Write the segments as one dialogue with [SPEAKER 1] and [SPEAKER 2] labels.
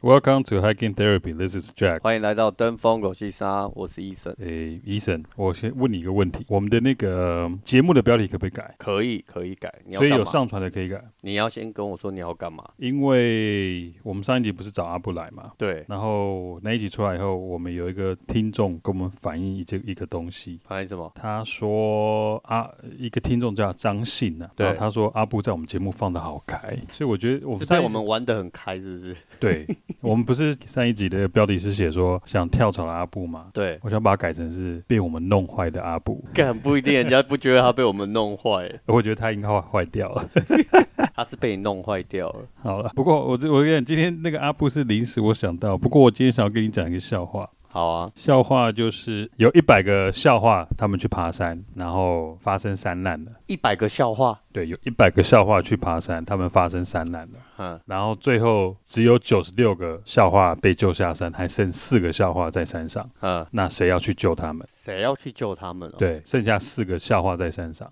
[SPEAKER 1] Welcome to Hiking Therapy. This is Jack.
[SPEAKER 2] 欢迎来到登峰狗戏沙，我是医生。
[SPEAKER 1] 诶，医生，我先问你一个问题：我们的那个呃节目的标题可不可以改？
[SPEAKER 2] 可以，可以改。你要
[SPEAKER 1] 所以
[SPEAKER 2] 干
[SPEAKER 1] 有
[SPEAKER 2] 嘛？
[SPEAKER 1] 上传的可以改，
[SPEAKER 2] 你要先跟我说你要干嘛？
[SPEAKER 1] 因为我们上一集不是找阿布来嘛，
[SPEAKER 2] 对，
[SPEAKER 1] 然后那一集出来以后，我们有一个听众跟我们反映一件一个东西，
[SPEAKER 2] 反正什么？
[SPEAKER 1] 他说啊，一个听众叫张信啊，
[SPEAKER 2] 对
[SPEAKER 1] 然后他说阿布在我们节目放的好开，所以我觉得我们
[SPEAKER 2] 是被
[SPEAKER 1] 在
[SPEAKER 2] 我们玩得很开，是不是？
[SPEAKER 1] 对，我们不是上一集的标题是写说想跳槽的阿布吗？
[SPEAKER 2] 对，
[SPEAKER 1] 我想把它改成是被我们弄坏的阿布，
[SPEAKER 2] 干不一定，人家不觉得他被我们弄坏，
[SPEAKER 1] 我觉得他应该坏坏掉了。
[SPEAKER 2] 他是被你弄坏掉了。
[SPEAKER 1] 好了，不过我这我跟你讲，今天那个阿布是临时我想到，不过我今天想要跟你讲一个笑话。
[SPEAKER 2] 好啊，
[SPEAKER 1] 笑话就是有一百个笑话，他们去爬山，然后发生山难了。
[SPEAKER 2] 一百个笑话，
[SPEAKER 1] 对，有一百个笑话去爬山，他们发生山难了。
[SPEAKER 2] 嗯，
[SPEAKER 1] 然后最后只有九十六个笑话被救下山，还剩四个笑话在山上。
[SPEAKER 2] 嗯，
[SPEAKER 1] 那谁要去救他们？
[SPEAKER 2] 谁要去救他们、哦？，
[SPEAKER 1] 对，剩下四个笑话在山上。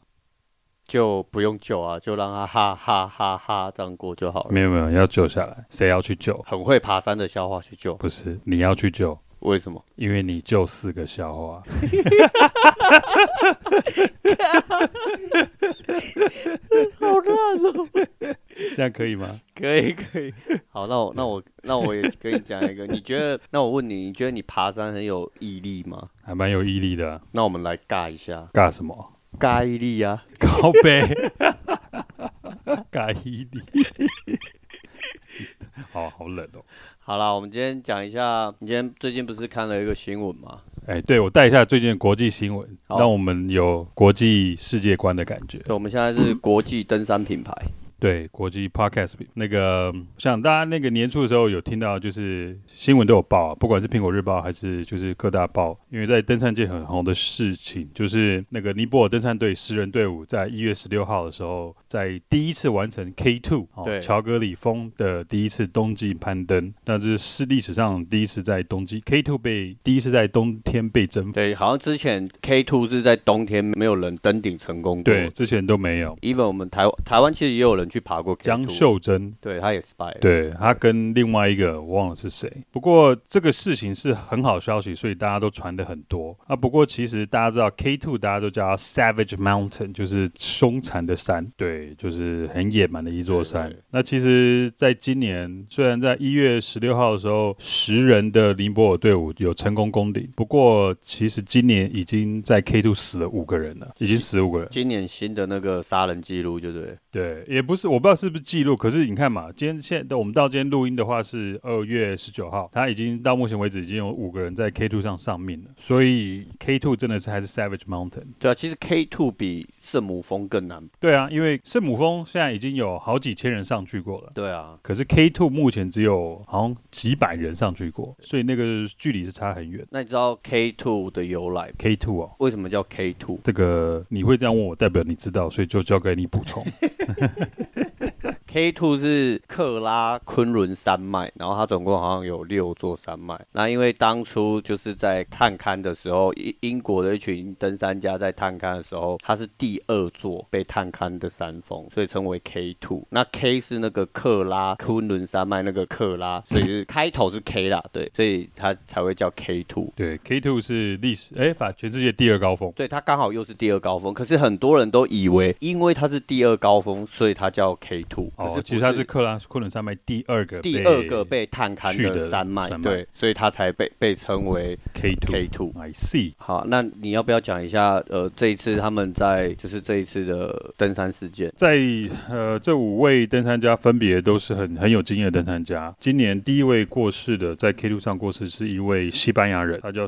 [SPEAKER 2] 就不用救啊，就让他哈哈哈哈这样过就好了。
[SPEAKER 1] 没有没有，要救下来，谁要去救？
[SPEAKER 2] 很会爬山的笑话去救，
[SPEAKER 1] 不是你要去救，
[SPEAKER 2] 为什么？
[SPEAKER 1] 因为你救四个笑话。
[SPEAKER 2] 好烂哦、
[SPEAKER 1] 这样可以吗？
[SPEAKER 2] 可以可以，好，那我那我那我也跟你讲一 个，你觉得？那我问你，你觉得你爬山很有毅力吗？
[SPEAKER 1] 还蛮有毅力的、啊。
[SPEAKER 2] 那我们来尬一下，
[SPEAKER 1] 尬什么？
[SPEAKER 2] 尬毅力啊！
[SPEAKER 1] 高背，尬毅力。好好冷哦。
[SPEAKER 2] 好啦，我们今天讲一下，你今天最近不是看了一个新闻吗？
[SPEAKER 1] 哎，对我带一下最近的国际新闻，
[SPEAKER 2] 好
[SPEAKER 1] 让我们有国际世界观的感觉。
[SPEAKER 2] 对，我们现在是国际登山品 牌，
[SPEAKER 1] 对，国际 podcast 那个，嗯像大家那个年初的时候有听到，就是新闻都有报啊，不管是苹果日报还是就是各大报，因为在登山界很红的事情，就是那个尼泊尔登山队十人队伍在一月十六号的时候，在第一次完成 K two 哦
[SPEAKER 2] 对
[SPEAKER 1] 乔格里峰的第一次冬季攀登，那这是历史上第一次在冬季 K two 被第一次在冬天被征服，
[SPEAKER 2] 对，好像之前 K Two 是在冬天没有人登顶成功过，
[SPEAKER 1] 对，之前都没有。
[SPEAKER 2] ，even 我们台台湾其实也有人去爬过 K
[SPEAKER 1] 江
[SPEAKER 2] Two，
[SPEAKER 1] 秀珍
[SPEAKER 2] 对他也失败了，
[SPEAKER 1] 对他跟另外一个我忘了是谁，不过这个事情是很好消息，所以大家都传的很多啊。不过其实大家知道 K two 大家都叫它 Savage Mountain，就是凶残的山，对，就是很野蛮的一座山。
[SPEAKER 2] 对对
[SPEAKER 1] 那其实在今年，虽然在一月十六号的时候，十人的尼泊尔队伍有成功攻顶，不过其实今年已经在 K two 死了五个人了，已经死五个人。
[SPEAKER 2] 今年新的那个杀人记录，对不对？
[SPEAKER 1] 对，也不是，我不知道是不是记录，可是你看嘛，今天现在我们到今天录音的话是二月十九号，他已经到目前为止已经有五个人在 K two 上上命了，所以 K two 真的是还是 Savage Mountain。
[SPEAKER 2] 对啊，其实 K Two 比圣母峰更难，
[SPEAKER 1] 对啊，因为圣母峰现在已经有好几千人上去过了。
[SPEAKER 2] 对啊，
[SPEAKER 1] 可是 K two 目前只有好像几百人上去过，所以那个距离是差很远。
[SPEAKER 2] 那你知道 K two 的由来吗
[SPEAKER 1] K two 哦，
[SPEAKER 2] 为什么叫 K two？
[SPEAKER 1] 这个你会这样问我，代表你知道，所以就交给你补充。
[SPEAKER 2] K two 是克拉昆仑山脉，然后它总共好像有六座山脉。那因为当初就是在探勘的时候，英英国的一群登山家在探勘的时候，它是第二座被探勘的山峰，所以称为 K two。那 K 是那个克拉昆仑山脉那个克拉，所以是 开头是 K 啦，对，所以它才会叫 K two。
[SPEAKER 1] 对，K two 是历史哎，把全世界第二高峰。
[SPEAKER 2] 对，它刚好又是第二高峰，可是很多人都以为，因为它是第二高峰，所以它叫 K two。
[SPEAKER 1] 哦
[SPEAKER 2] 可，
[SPEAKER 1] 其
[SPEAKER 2] 不
[SPEAKER 1] 实它是克拉昆仑山脉第二个
[SPEAKER 2] 第二个被探勘
[SPEAKER 1] 去的
[SPEAKER 2] 的山脉
[SPEAKER 1] 山，脉
[SPEAKER 2] 对，所以它才被被称为
[SPEAKER 1] K two
[SPEAKER 2] K two。
[SPEAKER 1] I see。
[SPEAKER 2] 好，那你要不要讲一下？呃，这一次他们在就是这一次的登山事件，
[SPEAKER 1] 在呃，这五位登山家分别都是很很有经验的登山家。今年第一位过世的，在 K two 上过世是一位西班牙人，他叫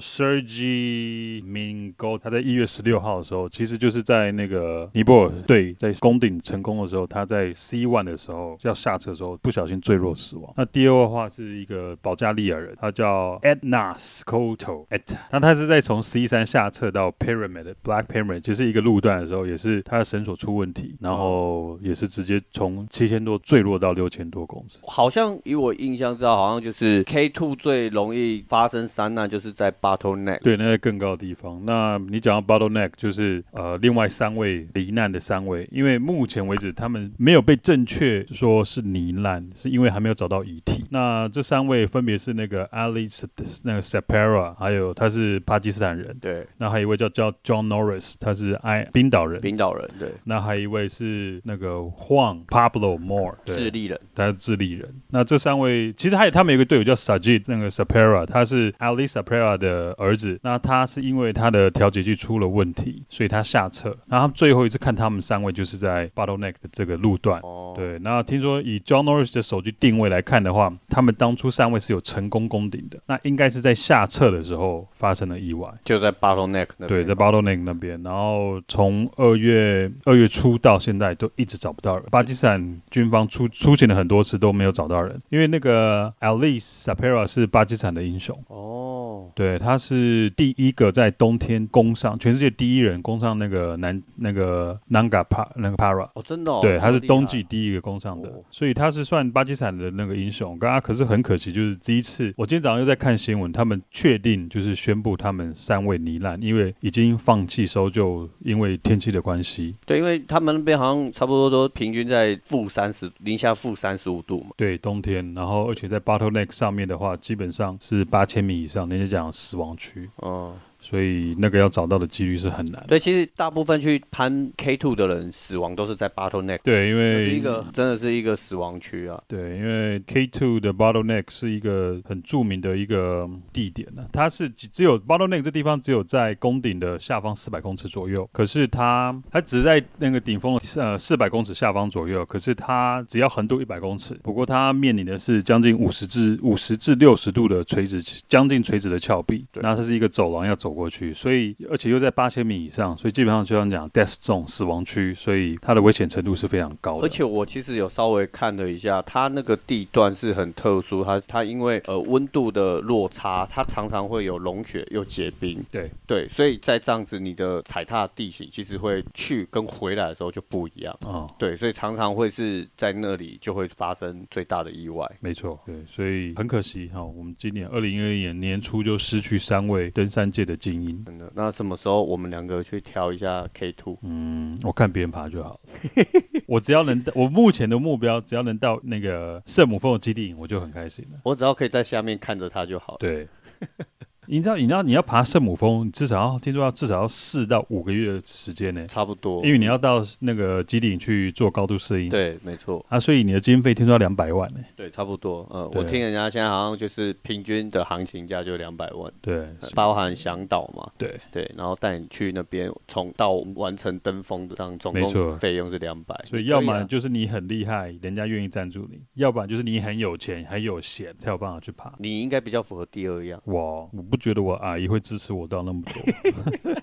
[SPEAKER 1] Sergi Mingo。他在一月十六号的时候，其实就是在那个尼泊尔队在攻顶成功的时候，他在 C one 的时候要下车的时候不小心坠落死亡。那第二位的话是一个保加利亚人，他叫 Edna Scoto。e t 那他是在从 C 三下撤到 Pyramid Black Pyramid，就是一个路段的时候，也是他的绳索出问题，然后也是直接从七千多坠落到六千多公尺。
[SPEAKER 2] 好像以我印象知道，好像就是 K two 最容易发生山难，就是在 Bottleneck。
[SPEAKER 1] 对，那在更高的地方。那你讲到 bottleneck，就是呃，另外三位罹难的三位，因为目前为止他们没有被正确确说是罹难，是因为还没有找到遗体。那这三位分别是那个 Ali S- 那个 Sapara，还有他是巴基斯坦人，
[SPEAKER 2] 对，
[SPEAKER 1] 那还有一位叫叫 John Norris，他是爱冰岛人。
[SPEAKER 2] 冰岛人，对，
[SPEAKER 1] 那还有一位是那个 Juan Pablo Moore，对
[SPEAKER 2] 智利人，
[SPEAKER 1] 他是智利人。那这三位其实还有他们有一个队友叫 Sajid，那个 Sapera，他是 Ali Sapera 的儿子。那他是因为他的调节器出了问题，所以他下撤。然后他们最后一次看他们三位就是在 Bottleneck 的这个路段。
[SPEAKER 2] 哦，，
[SPEAKER 1] 对，那听说以 John Norris 的手机定位来看的话，他们当初三位是有成功攻顶的，那应该是在下撤的时候发生了意外。
[SPEAKER 2] 就在 Bottleneck 那边，
[SPEAKER 1] 对，在 Bottleneck 那边，然后从二月二月初到现在都一直找不到人。巴基斯坦军方出出警了很多次都没有找到人，因为那个 Ali Sapera 是巴基斯坦的英雄，
[SPEAKER 2] 哦，
[SPEAKER 1] 对，他是第一个在冬天攻上全世界第一人攻上那个南那个 Nanga Pa 那个 Para。
[SPEAKER 2] 哦，真的、哦，
[SPEAKER 1] 对，他是
[SPEAKER 2] 这么厉
[SPEAKER 1] 冬
[SPEAKER 2] 害
[SPEAKER 1] 季第一个攻上的
[SPEAKER 2] 哦，
[SPEAKER 1] 所以他是算巴基斯坦的那个英雄。刚刚可是很可惜，就是这一次，我今天早上又在看新闻，他们确定就是宣布他们三位罹难，因为已经放弃搜救，因为天气的关系。
[SPEAKER 2] 对，因为他们那边好像差不多都平均在负三十，零下负三十五度嘛，
[SPEAKER 1] 对，冬天，然后而且在 Bottleneck 上面的话，基本上是八千米以上，人家讲死亡区，
[SPEAKER 2] 嗯，
[SPEAKER 1] 所以那个要找到的几率是很难。
[SPEAKER 2] 对，其实大部分去攀 K two 的人死亡都是在 Bottleneck，
[SPEAKER 1] 对，因
[SPEAKER 2] 这
[SPEAKER 1] 为
[SPEAKER 2] 是一个真的是一个死亡区啊，
[SPEAKER 1] 对，因为 K2 的 Bottleneck 是一个很著名的一个地点呢、它是只只有 Bottleneck 这地方只有在宫顶的下方四百公尺左右，可是它它只在那个顶峰的呃四百公尺下方左右，可是它只要横渡一百公尺，不过它面临的是将近五十至五十至六十度的垂直，将近垂直的峭壁，
[SPEAKER 2] 对
[SPEAKER 1] 那它是一个走廊要走过去，所以而且又在八千米以上，所以基本上就像讲 death zone 死亡区，所以它的危险程度是非常高的，
[SPEAKER 2] 而且我其实有稍微看了一下，它那个地段是很特殊，它它因为呃温度的落差，它常常会有融雪又结冰，
[SPEAKER 1] 对。
[SPEAKER 2] 对，所以在这样子你的踩踏地形其实会去跟回来的时候就不一样。
[SPEAKER 1] 哦，
[SPEAKER 2] 对，所以常常会是在那里就会发生最大的意外。
[SPEAKER 1] 没错，对，所以很可惜哈、我们今年二零二一年年初就失去三位登山界的精英。
[SPEAKER 2] 真的，那什么时候我们两个去挑一下 K two？
[SPEAKER 1] 嗯，我看别人爬就好了。 我只要能到，我目前的目标只要能到那个圣母峰的基地营，我就很开心了。
[SPEAKER 2] 我只要可以在下面看着它就好了。
[SPEAKER 1] 对，你知道，你知道你要爬圣母峰，至少要听说要至少要四到五个月的时间呢，
[SPEAKER 2] 差不多，
[SPEAKER 1] 因为你要到那个基地营去做高度适应。
[SPEAKER 2] 对，没错，
[SPEAKER 1] 啊，所以你的经费听说要两百万呢。
[SPEAKER 2] 对，差不多。呃，
[SPEAKER 1] 对
[SPEAKER 2] 我听人家现在好像就是平均的行情价就两百万，
[SPEAKER 1] 对，
[SPEAKER 2] 包含向导嘛，
[SPEAKER 1] 对，
[SPEAKER 2] 对，然后带你去那边从到完成登峰的上，总
[SPEAKER 1] 没错
[SPEAKER 2] 共费用是两百。
[SPEAKER 1] 所以要么
[SPEAKER 2] 可啊
[SPEAKER 1] 就是你很厉害，人家愿意赞助你；要不然就是你很有钱、很有闲，才有办法去爬。。
[SPEAKER 2] 啊你应该比较符合第二样
[SPEAKER 1] 我我不觉得我阿姨会支持我到那么多，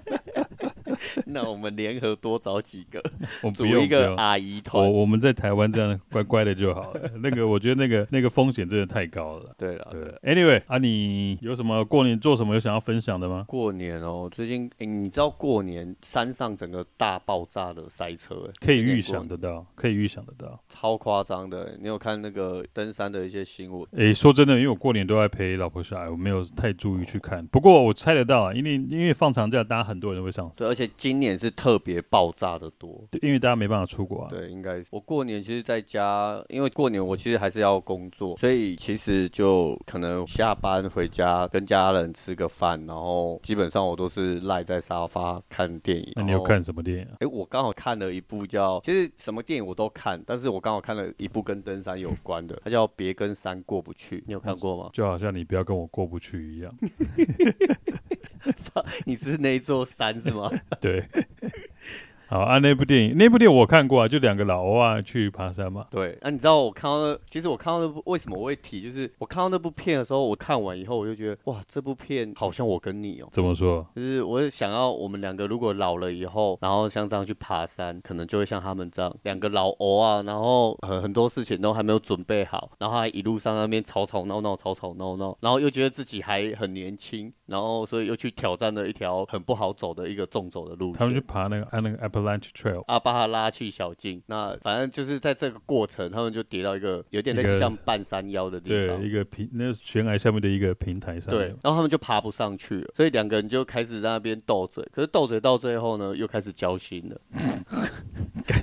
[SPEAKER 2] 那我们联合多找几个，
[SPEAKER 1] 我不
[SPEAKER 2] 组
[SPEAKER 1] 用
[SPEAKER 2] 一
[SPEAKER 1] 不
[SPEAKER 2] 个
[SPEAKER 1] 用
[SPEAKER 2] 阿姨团
[SPEAKER 1] 我。我们在台湾这样乖乖的就好了。 那个我觉得那个那个风险真的太高了。
[SPEAKER 2] 对了，
[SPEAKER 1] 对，Anyway 啊，你有什么过年做什么有想要分享的吗？
[SPEAKER 2] 过年哦，最近、诶你知道过年山上整个大爆炸的塞车、诶
[SPEAKER 1] 可以
[SPEAKER 2] 今年
[SPEAKER 1] 预
[SPEAKER 2] 过
[SPEAKER 1] 想
[SPEAKER 2] 年
[SPEAKER 1] 得到，可以预想得到。
[SPEAKER 2] 超夸张的、诶你有看那个登山的一些新闻？
[SPEAKER 1] 诶，说真的，因为我过年都在陪老婆小孩，我没有太注意去看。不过我猜得到啊，因为因为放长假，大家很多人都会上，
[SPEAKER 2] 对，而且今年是特别爆炸的多。
[SPEAKER 1] 因为大家没办法出国啊。
[SPEAKER 2] 对，应该是我过年其实在家，因为过年我其实还是要工作，所以其实就可能下班回家跟家人吃个饭，然后基本上我都是赖在沙发看电影。
[SPEAKER 1] 那你有
[SPEAKER 2] 然后
[SPEAKER 1] 看什么电影啊？
[SPEAKER 2] 哎，我刚好看了一部叫，其实什么电影我都看，但是我刚好看了一部跟登山有关的，它叫《别跟山过不去》，你有看过吗？
[SPEAKER 1] 就好像你不要跟我过不去一样。
[SPEAKER 2] 你是那一座山是吗？
[SPEAKER 1] 对，好啊，那部电影，那部电影我看过啊，就两个老欧啊去爬山嘛。
[SPEAKER 2] 对，啊那、你知道我看到那，其实我看到那部为什么我会提，就是我看到那部片的时候，我看完以后我就觉得，哇，这部片好像我跟你哦、
[SPEAKER 1] 怎么说？
[SPEAKER 2] 就是我想要我们两个如果老了以后，然后像这样去爬山，可能就会像他们这样两个老欧啊，然后很很多事情都还没有准备好，然后还一路上那边吵吵闹闹，吵吵闹闹，然后又觉得自己还很年轻，然后所以又去挑战了一条很不好走的一个纵走的路线。
[SPEAKER 1] 他们去爬那个啊按那个 Appalachian Trail，
[SPEAKER 2] 阿巴哈拉去小径，那反正就是在这个过程，他们就跌到一个有点类
[SPEAKER 1] 一
[SPEAKER 2] 似
[SPEAKER 1] 个
[SPEAKER 2] 像半山腰的地
[SPEAKER 1] 对，
[SPEAKER 2] 方。
[SPEAKER 1] 一个平那悬崖下面的一个平台上
[SPEAKER 2] 对
[SPEAKER 1] 面。，
[SPEAKER 2] 然后他们就爬不上去了，所以两个人就开始在那边斗嘴。可是斗嘴到最后呢，又开始交心了。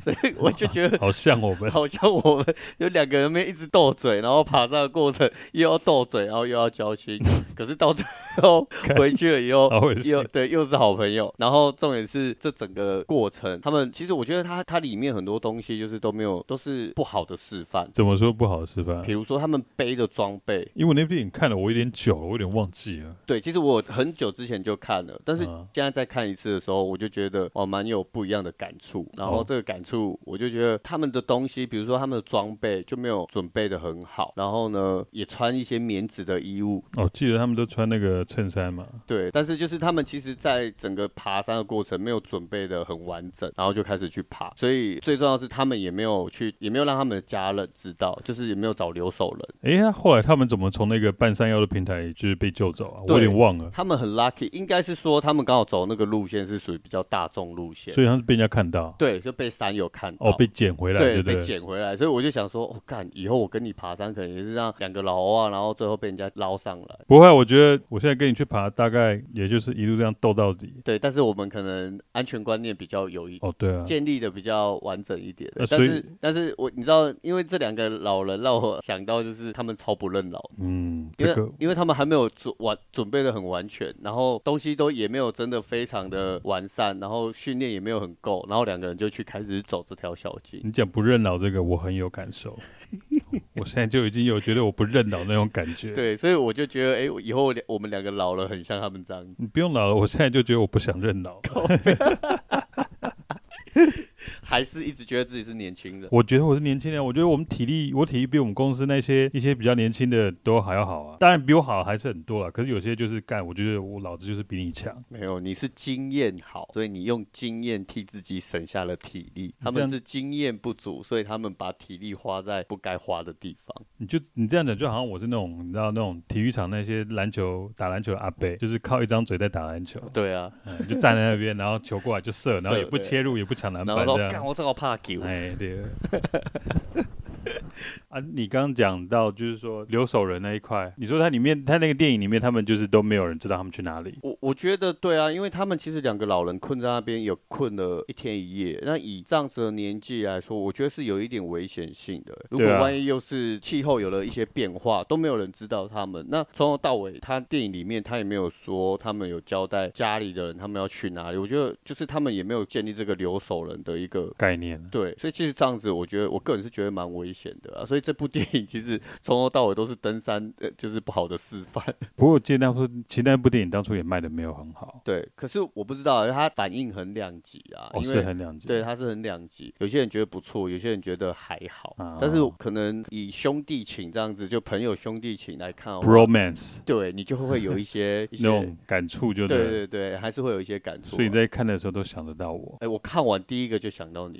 [SPEAKER 2] 所以我就觉得
[SPEAKER 1] 好像我 们。
[SPEAKER 2] 好像我们有两个人面一直斗嘴，然后爬山的过程又要斗嘴，然后又要交心，可是到最后回去了以后
[SPEAKER 1] 好恶，心
[SPEAKER 2] 又对又是好朋友。然后重点是这整个过程，他们其实我觉得它它里面很多东西就是都没有都是不好的示范，
[SPEAKER 1] 怎么说不好示范啊
[SPEAKER 2] 比？如说他们背的装备，
[SPEAKER 1] 因为我那部电影看了，我有点久了，我有点忘记了。
[SPEAKER 2] 对，其实我很久之前就看了，但是
[SPEAKER 1] 嗯
[SPEAKER 2] 现在再看一次的时候，我就觉得哦，蛮有不一样的感触。然后
[SPEAKER 1] 哦
[SPEAKER 2] 这个感触，我就觉得他们的东西，比如说他们的装备就没有准备的很好，然后呢，也穿一些棉质的衣物，
[SPEAKER 1] 哦，记得他们都穿那个衬衫嘛，
[SPEAKER 2] 对。但是就是他们其实在整个爬山的过程没有准备的很完整，然后就开始去爬，所以最重要的是他们也没有去，也没有让他们的家人知道，就是也没有找留守人。
[SPEAKER 1] 诶，那后来他们怎么从那个半山腰的平台就是被救走啊？我有
[SPEAKER 2] 对
[SPEAKER 1] 点忘了，
[SPEAKER 2] 他们很 lucky，应该是说他们刚好走那个路线是属于比较大众路线。
[SPEAKER 1] 所以他是被人家看到，
[SPEAKER 2] 对，就被山友看到。
[SPEAKER 1] 哦，被捡回来，
[SPEAKER 2] 对
[SPEAKER 1] 不对
[SPEAKER 2] 被？捡回来，所以我就想说，我、干，以后我跟你爬山，可能也是让两个老啊，然后最后被人家捞上来。
[SPEAKER 1] 不会，我觉得我现在跟你去爬，大概也就是一路这样斗到底。
[SPEAKER 2] 对，但是我们可能安全观念比较有一，
[SPEAKER 1] 哦，对啊，
[SPEAKER 2] 建立的比较完整一点。
[SPEAKER 1] 那
[SPEAKER 2] 但
[SPEAKER 1] 所以
[SPEAKER 2] 是，但是我你知道，因为这两个老人让我想到，就是他们超不认老的。
[SPEAKER 1] 嗯，
[SPEAKER 2] 因
[SPEAKER 1] 这
[SPEAKER 2] 为、
[SPEAKER 1] 个
[SPEAKER 2] 因为他们还没有准完准备的很完全，然后东西都也没有真的非常的完善，然后训练也没有很够，然后两个人就去开始走这条小径。
[SPEAKER 1] 你讲不认老这个，我很有感 受。我现在就已经有觉得我不认老那种感觉。，
[SPEAKER 2] 对，所以我就觉得，哎、我以后我们两个老了很像他们这 样
[SPEAKER 1] 你不用老了，我现在就觉得我不想认 老。
[SPEAKER 2] 还是一直觉得自己是年轻人。
[SPEAKER 1] 我觉得我是年轻人，我觉得我们体力，我体力比我们公司那些一些比较年轻的都还要好啊。当然比我好还是很多啦，可是有些就是干，我觉得我老子就是比你强。
[SPEAKER 2] 没有，你是经验好，所以你用经验替自己省下了体力。他
[SPEAKER 1] 这
[SPEAKER 2] 们
[SPEAKER 1] 样
[SPEAKER 2] 是经验不足，所以他们把体力花在不该花的地方。
[SPEAKER 1] 你就你这样讲，就好像我是那种你知道那种体育场那些篮球打篮球的阿伯，就是靠一张嘴在打篮球，
[SPEAKER 2] 对啊，
[SPEAKER 1] 嗯就站在那边，然后球过来就射，然后也不
[SPEAKER 2] 对
[SPEAKER 1] 切入，也不抢篮
[SPEAKER 2] 然后
[SPEAKER 1] 板
[SPEAKER 2] 说
[SPEAKER 1] 这样
[SPEAKER 2] 干。我正好怕球。
[SPEAKER 1] 哎，对。 啊，你刚刚讲到就是说留守人那一块，你说它里面，它那个电影里面，他们就是都没有人知道他们去哪里。
[SPEAKER 2] 我我觉得对啊，因为他们其实两个老人困在那边，有困了一天一夜。那以这样子的年纪来说，我觉得是有一点危险性的。如果
[SPEAKER 1] 对啊
[SPEAKER 2] 万一又是气候有了一些变化，都没有人知道他们。那从头到尾，他电影里面他也没有说他们有交代家里的人他们要去哪里。我觉得就是他们也没有建立这个留守人的一个
[SPEAKER 1] 概念，
[SPEAKER 2] 对，所以其实这样子，我觉得我个人是觉得蛮危险的啊。所以这部电影其实从头到尾都是登山，呃，就是不好的示范。
[SPEAKER 1] 不过记得那部，其实那部电影当初也卖的没有很好，
[SPEAKER 2] 对，可是我不知道它反应很两极啊，
[SPEAKER 1] 哦，
[SPEAKER 2] 因
[SPEAKER 1] 是
[SPEAKER 2] 为
[SPEAKER 1] 很两极。
[SPEAKER 2] 对，它是很两极，有些人觉得不错，有些人觉得还好，
[SPEAKER 1] 啊
[SPEAKER 2] 但是可能以兄弟情这样子，就朋友兄弟情来看的话
[SPEAKER 1] ，bromance
[SPEAKER 2] 对你就会有 一些一
[SPEAKER 1] 那
[SPEAKER 2] 些，
[SPEAKER 1] 种感触就
[SPEAKER 2] 对
[SPEAKER 1] 对了。
[SPEAKER 2] 对对，还是会有一些感触啊。
[SPEAKER 1] 所以你在看的时候都想得到我，
[SPEAKER 2] 哎，我看完第一个就想到你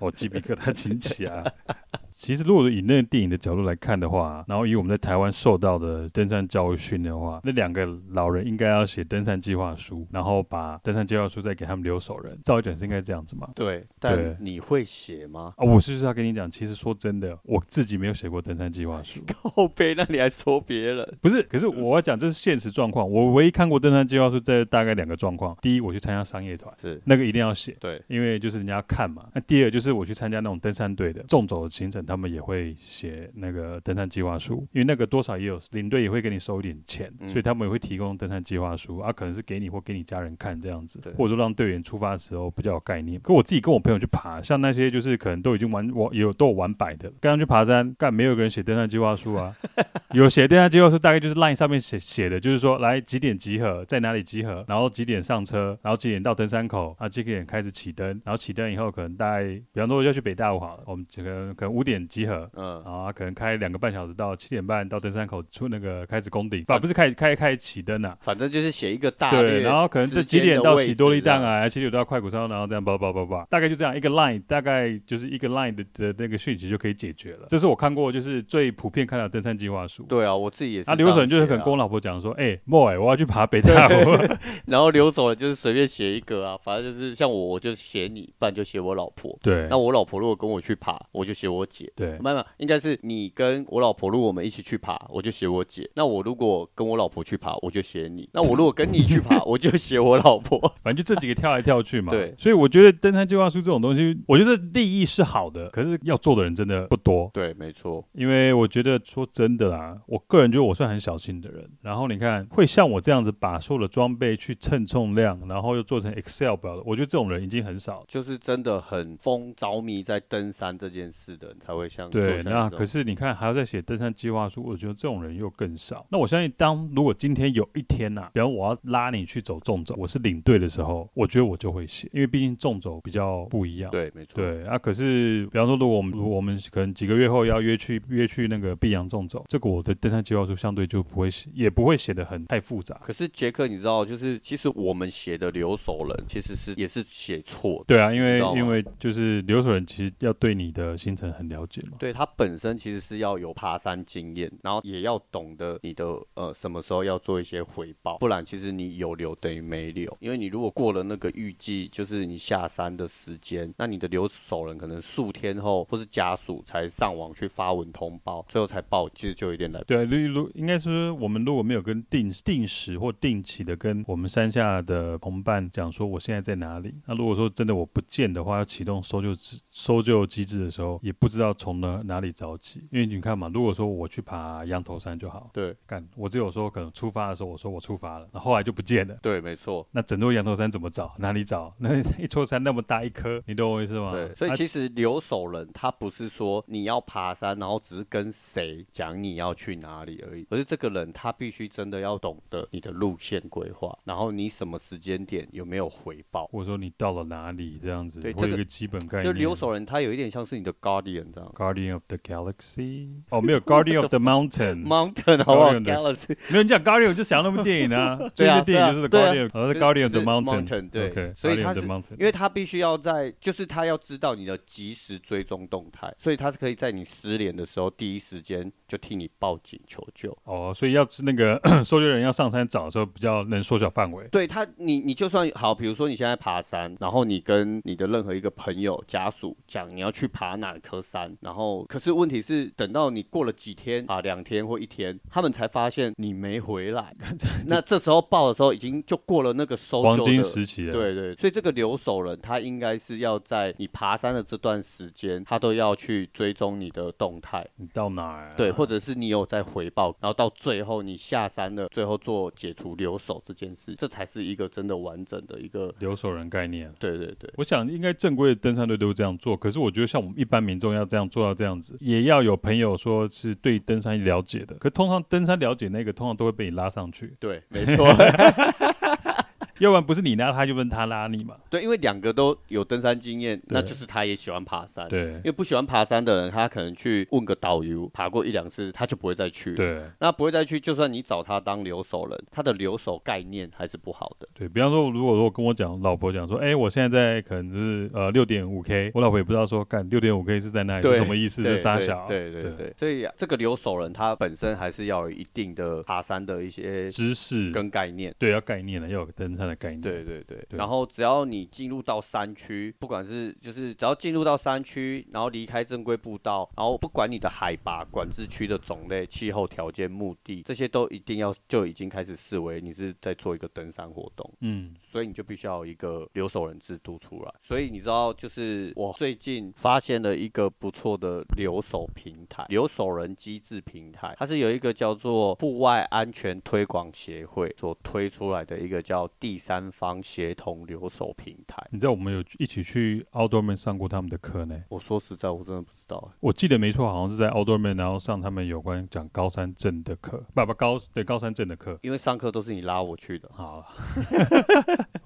[SPEAKER 1] 我哦鸡皮疙瘩起起啊。 其实，如果以那个电影的角度来看的话，然后以我们在台湾受到的登山教育训的话，那两个老人应该要写登山计划书，然后把登山计划书再给他们留守人。照理讲是应该这样子嘛？
[SPEAKER 2] 对，
[SPEAKER 1] 对
[SPEAKER 2] 但你会写吗？
[SPEAKER 1] 啊，我是就是要跟你讲，其实说真的，我自己没有写过登山计划书，
[SPEAKER 2] 后背那你还说别人？
[SPEAKER 1] 不是，可是我要讲这是现实状况。我唯一看过登山计划书，这大概两个状况：第一，我去参加商业团，
[SPEAKER 2] 是
[SPEAKER 1] 那个一定要写，
[SPEAKER 2] 对，
[SPEAKER 1] 因为就是人家要看嘛。那第二就是我去参加那种登山队的纵走的行程，他们也会写那个登山计划书，因为那个多少也有领队也会给你收一点钱，
[SPEAKER 2] 嗯
[SPEAKER 1] 所以他们也会提供登山计划书啊，可能是给你或给你家人看这样子
[SPEAKER 2] 对，
[SPEAKER 1] 或者说让队员出发的时候比较有概念。可我自己跟我朋友去爬，像那些就是可能都已经玩我有都有玩百的，刚刚去爬山，干没有一个人写登山计划书啊，有写登山计划书大概就是 line 上面写写的，就是说来几点集合，在哪里集合，然后几点上车，然后几点到登山口，啊几点开始起登，然后起登以后可能大概，比方说要去北大武好了，我们可能可能五点集合。
[SPEAKER 2] 嗯，
[SPEAKER 1] 啊，可能开两个半小时到七点半到登山口出那个开始攻顶，啊不是开开开启灯啊，
[SPEAKER 2] 反正就是写一个大
[SPEAKER 1] 对，
[SPEAKER 2] 略，
[SPEAKER 1] 然后可能这几点到喜多利
[SPEAKER 2] 档
[SPEAKER 1] 档，啊，几点到快谷山，然后这样叭叭叭叭，大概就这样一个 line，大概就是一个 line 的的那个讯息就可以解决了。这是我看过就是最普遍看到的登山计划书。
[SPEAKER 2] 对啊，我自己也是这
[SPEAKER 1] 那
[SPEAKER 2] 样写啊。
[SPEAKER 1] 流水就是可能跟我老婆讲说，哎，莫哎，我要去爬北大湖。
[SPEAKER 2] 然后留守了就是随便写一个啊，反正就是像我，我就写你，不然就写我老婆。
[SPEAKER 1] 对
[SPEAKER 2] 那，我老婆如果跟我去爬，我就写我姐。
[SPEAKER 1] 对，
[SPEAKER 2] 没有，没有应该是你跟我老婆，如果我们一起去爬，我就写我姐。那我如果跟我老婆去爬，我就写你。那我如果跟你 去爬，我就写我老婆。
[SPEAKER 1] 反正就这几个跳来跳去嘛。
[SPEAKER 2] 对
[SPEAKER 1] 所以我觉得登山计划书这种东西，我觉得利益是好的，可是要做的人真的不多。
[SPEAKER 2] 对，没错，
[SPEAKER 1] 因为我觉得说真的啦，我个人觉得我算很小心的人。然后你看，会像我这样子把所有的装备去称重量，然后又做成 Excel 表的，我觉得这种人已经很少了。
[SPEAKER 2] 就是真的很疯着迷在登山这件事的人才会像
[SPEAKER 1] 对，那可
[SPEAKER 2] 是
[SPEAKER 1] 是你看还要再写登山计划书，我觉得这种人又更少。那我相信，当如果今天有一天呐、比方我要拉你去走纵走，我是领队的时候，我觉得我就会写，因为毕竟纵走比较不一样。
[SPEAKER 2] 对，没错，
[SPEAKER 1] 对啊，可是比方说，如果我们如果我们可能几个月后要约去约去那个碧阳纵走，这个我的登山计划书相对就不会写，也不会写的很太复杂。
[SPEAKER 2] 可是杰克，你知道，就是其实我们写的留守人其实是也是写错的。
[SPEAKER 1] 对啊，因为
[SPEAKER 2] 知道吗
[SPEAKER 1] 因为就是留守人其实要对你的行程很了解嘛。
[SPEAKER 2] 对他本身其实是要有爬山经验，然后也要懂得你的呃什么时候要做一些回报，不然其实你有留等于没留，因为你如果过了那个预计就是你下山的时间，那你的留守人可能数天后或是家属才上网去发文通报，最后才报，其实就有点来
[SPEAKER 1] 对啊，例如应该说，我们如果没有跟定定时或定期的跟我们山下的同伴讲说我现在在哪里，那如果说真的我不见的话，要启动搜救机搜救机制的时候，也不知道从哪哪里找起，因为你看嘛，如果说我去爬羊头山就好，
[SPEAKER 2] 对
[SPEAKER 1] 干，我只有说可能出发的时候我说我出发了，然后后来就不见了。
[SPEAKER 2] 对，没错。
[SPEAKER 1] 那整座羊头山怎么找？哪里找？ 那一座山那么大一颗，你懂我意思吗？
[SPEAKER 2] 对，所以
[SPEAKER 1] 啊
[SPEAKER 2] 其实留守人他不是说你要爬山，然后只是跟谁讲你要去哪里而已，而是这个人他必须真的要懂得你的路线规划，然后你什么时间点有没有回报。
[SPEAKER 1] 或者说你到了哪里这样子，
[SPEAKER 2] 对
[SPEAKER 1] 会有
[SPEAKER 2] 这
[SPEAKER 1] 一
[SPEAKER 2] 个
[SPEAKER 1] 个基本概念。
[SPEAKER 2] 就留守人他有一点像是你的 guardian 这样
[SPEAKER 1] Guardian of the Galaxy 哦，没有 Guardian of the Mountain，
[SPEAKER 2] ，mountain 好不好
[SPEAKER 1] 嗯 Guardian 的
[SPEAKER 2] ？Galaxy
[SPEAKER 1] 没有你讲 Guardian 我就想到那部电影啊，最
[SPEAKER 2] 对
[SPEAKER 1] 近
[SPEAKER 2] 啊
[SPEAKER 1] 的电影就是 The
[SPEAKER 2] 对啊对
[SPEAKER 1] Guardian，
[SPEAKER 2] 啊
[SPEAKER 1] 哦，是
[SPEAKER 2] 就
[SPEAKER 1] Guardian of the
[SPEAKER 2] 是
[SPEAKER 1] Mountain，
[SPEAKER 2] mountain，对
[SPEAKER 1] OK，
[SPEAKER 2] 所以
[SPEAKER 1] Guardian
[SPEAKER 2] 它
[SPEAKER 1] of the
[SPEAKER 2] 是
[SPEAKER 1] Mountain，
[SPEAKER 2] 因为他必须要在，就是他要知道你的及时追踪动态，所以他是可以在你失联的时候第一时间就替你报警求救。
[SPEAKER 1] 哦，所以要是那个 搜救人要上山找的时候，比较能缩小范围。
[SPEAKER 2] 对他，你你就算好，比如说你现在爬山，然后你跟你的任何一个朋友、家属讲你要去爬哪颗山，然后可是问题是，等到你过了几天啊，两天或一天，他们才发现你没回 来。那这时候报的时候，已经就过了那个搜
[SPEAKER 1] 黄
[SPEAKER 2] 救
[SPEAKER 1] 金
[SPEAKER 2] 的
[SPEAKER 1] 时期了，
[SPEAKER 2] 对对，所以这个留守人他应该是要在你爬山的这段时间，他都要去追踪你的动态，
[SPEAKER 1] 你到哪儿啊？
[SPEAKER 2] 对，或者是你有在回报，然后到最后你下山了，最后做解除留守这件事，这才是一个真的完整的一个。
[SPEAKER 1] 留守人概念。
[SPEAKER 2] 对对对，
[SPEAKER 1] 我想应该正规的登山队都这样做，可是我觉得像我们一般民众要这样做到这样子，也要有朋友说是对登山了解的。可通常登山了解那个，通常都会被你拉上去，
[SPEAKER 2] 对，没 错，
[SPEAKER 1] 要不然不是你拉他，就不是他拉你嘛。
[SPEAKER 2] 对，因为两个都有登山经验，那
[SPEAKER 1] 对
[SPEAKER 2] 就是他也喜欢爬山。，
[SPEAKER 1] 对
[SPEAKER 2] 因为不喜欢爬山的人，他可能去问个导游，爬过一两次，他就不会再去。，
[SPEAKER 1] 对，
[SPEAKER 2] 那不会再去，就算你找他当留守人，他的留守概念还是不好的。
[SPEAKER 1] 对比方说，如果如果跟我讲，老婆讲说，哎，我现在在可能就是呃六点五 K，我老婆也不知道说干六点五 K 是在哪里，是
[SPEAKER 2] 对
[SPEAKER 1] 什么意思，
[SPEAKER 2] 对
[SPEAKER 1] 是傻小，
[SPEAKER 2] 对对对对，所以啊这个留守人他本身还是要有一定的爬山的一些
[SPEAKER 1] 知识
[SPEAKER 2] 跟概念。
[SPEAKER 1] 对要概念的，要有登山的概念，
[SPEAKER 2] 对对对，
[SPEAKER 1] 对
[SPEAKER 2] 然后只要你进入到山区，不管是就是只要进入到山区，然后离开正规步道，然后不管你的海拔、管制区的种类、气候条件、目的，这些都一定要就已经开始视为你是在做一个登山活动，
[SPEAKER 1] 嗯，
[SPEAKER 2] 所以你就必须要有一个留守人制度出来。所以你知道，就是我最近发现了一个不错的留守平台，留守人机制平台，它是有一个叫做户外安全推广协会所推出来的一个叫第三方协同留守平台。
[SPEAKER 1] 你知道我们有一起去 Outdoorman 上过他们的课呢，
[SPEAKER 2] 我说实在，我真的不知道欸、
[SPEAKER 1] 我记得没错，好像是在 Outdoorman，然后上他们有关讲高山症的课，不不高对高山症的课，
[SPEAKER 2] 因为上课都是你拉我去的。
[SPEAKER 1] 好，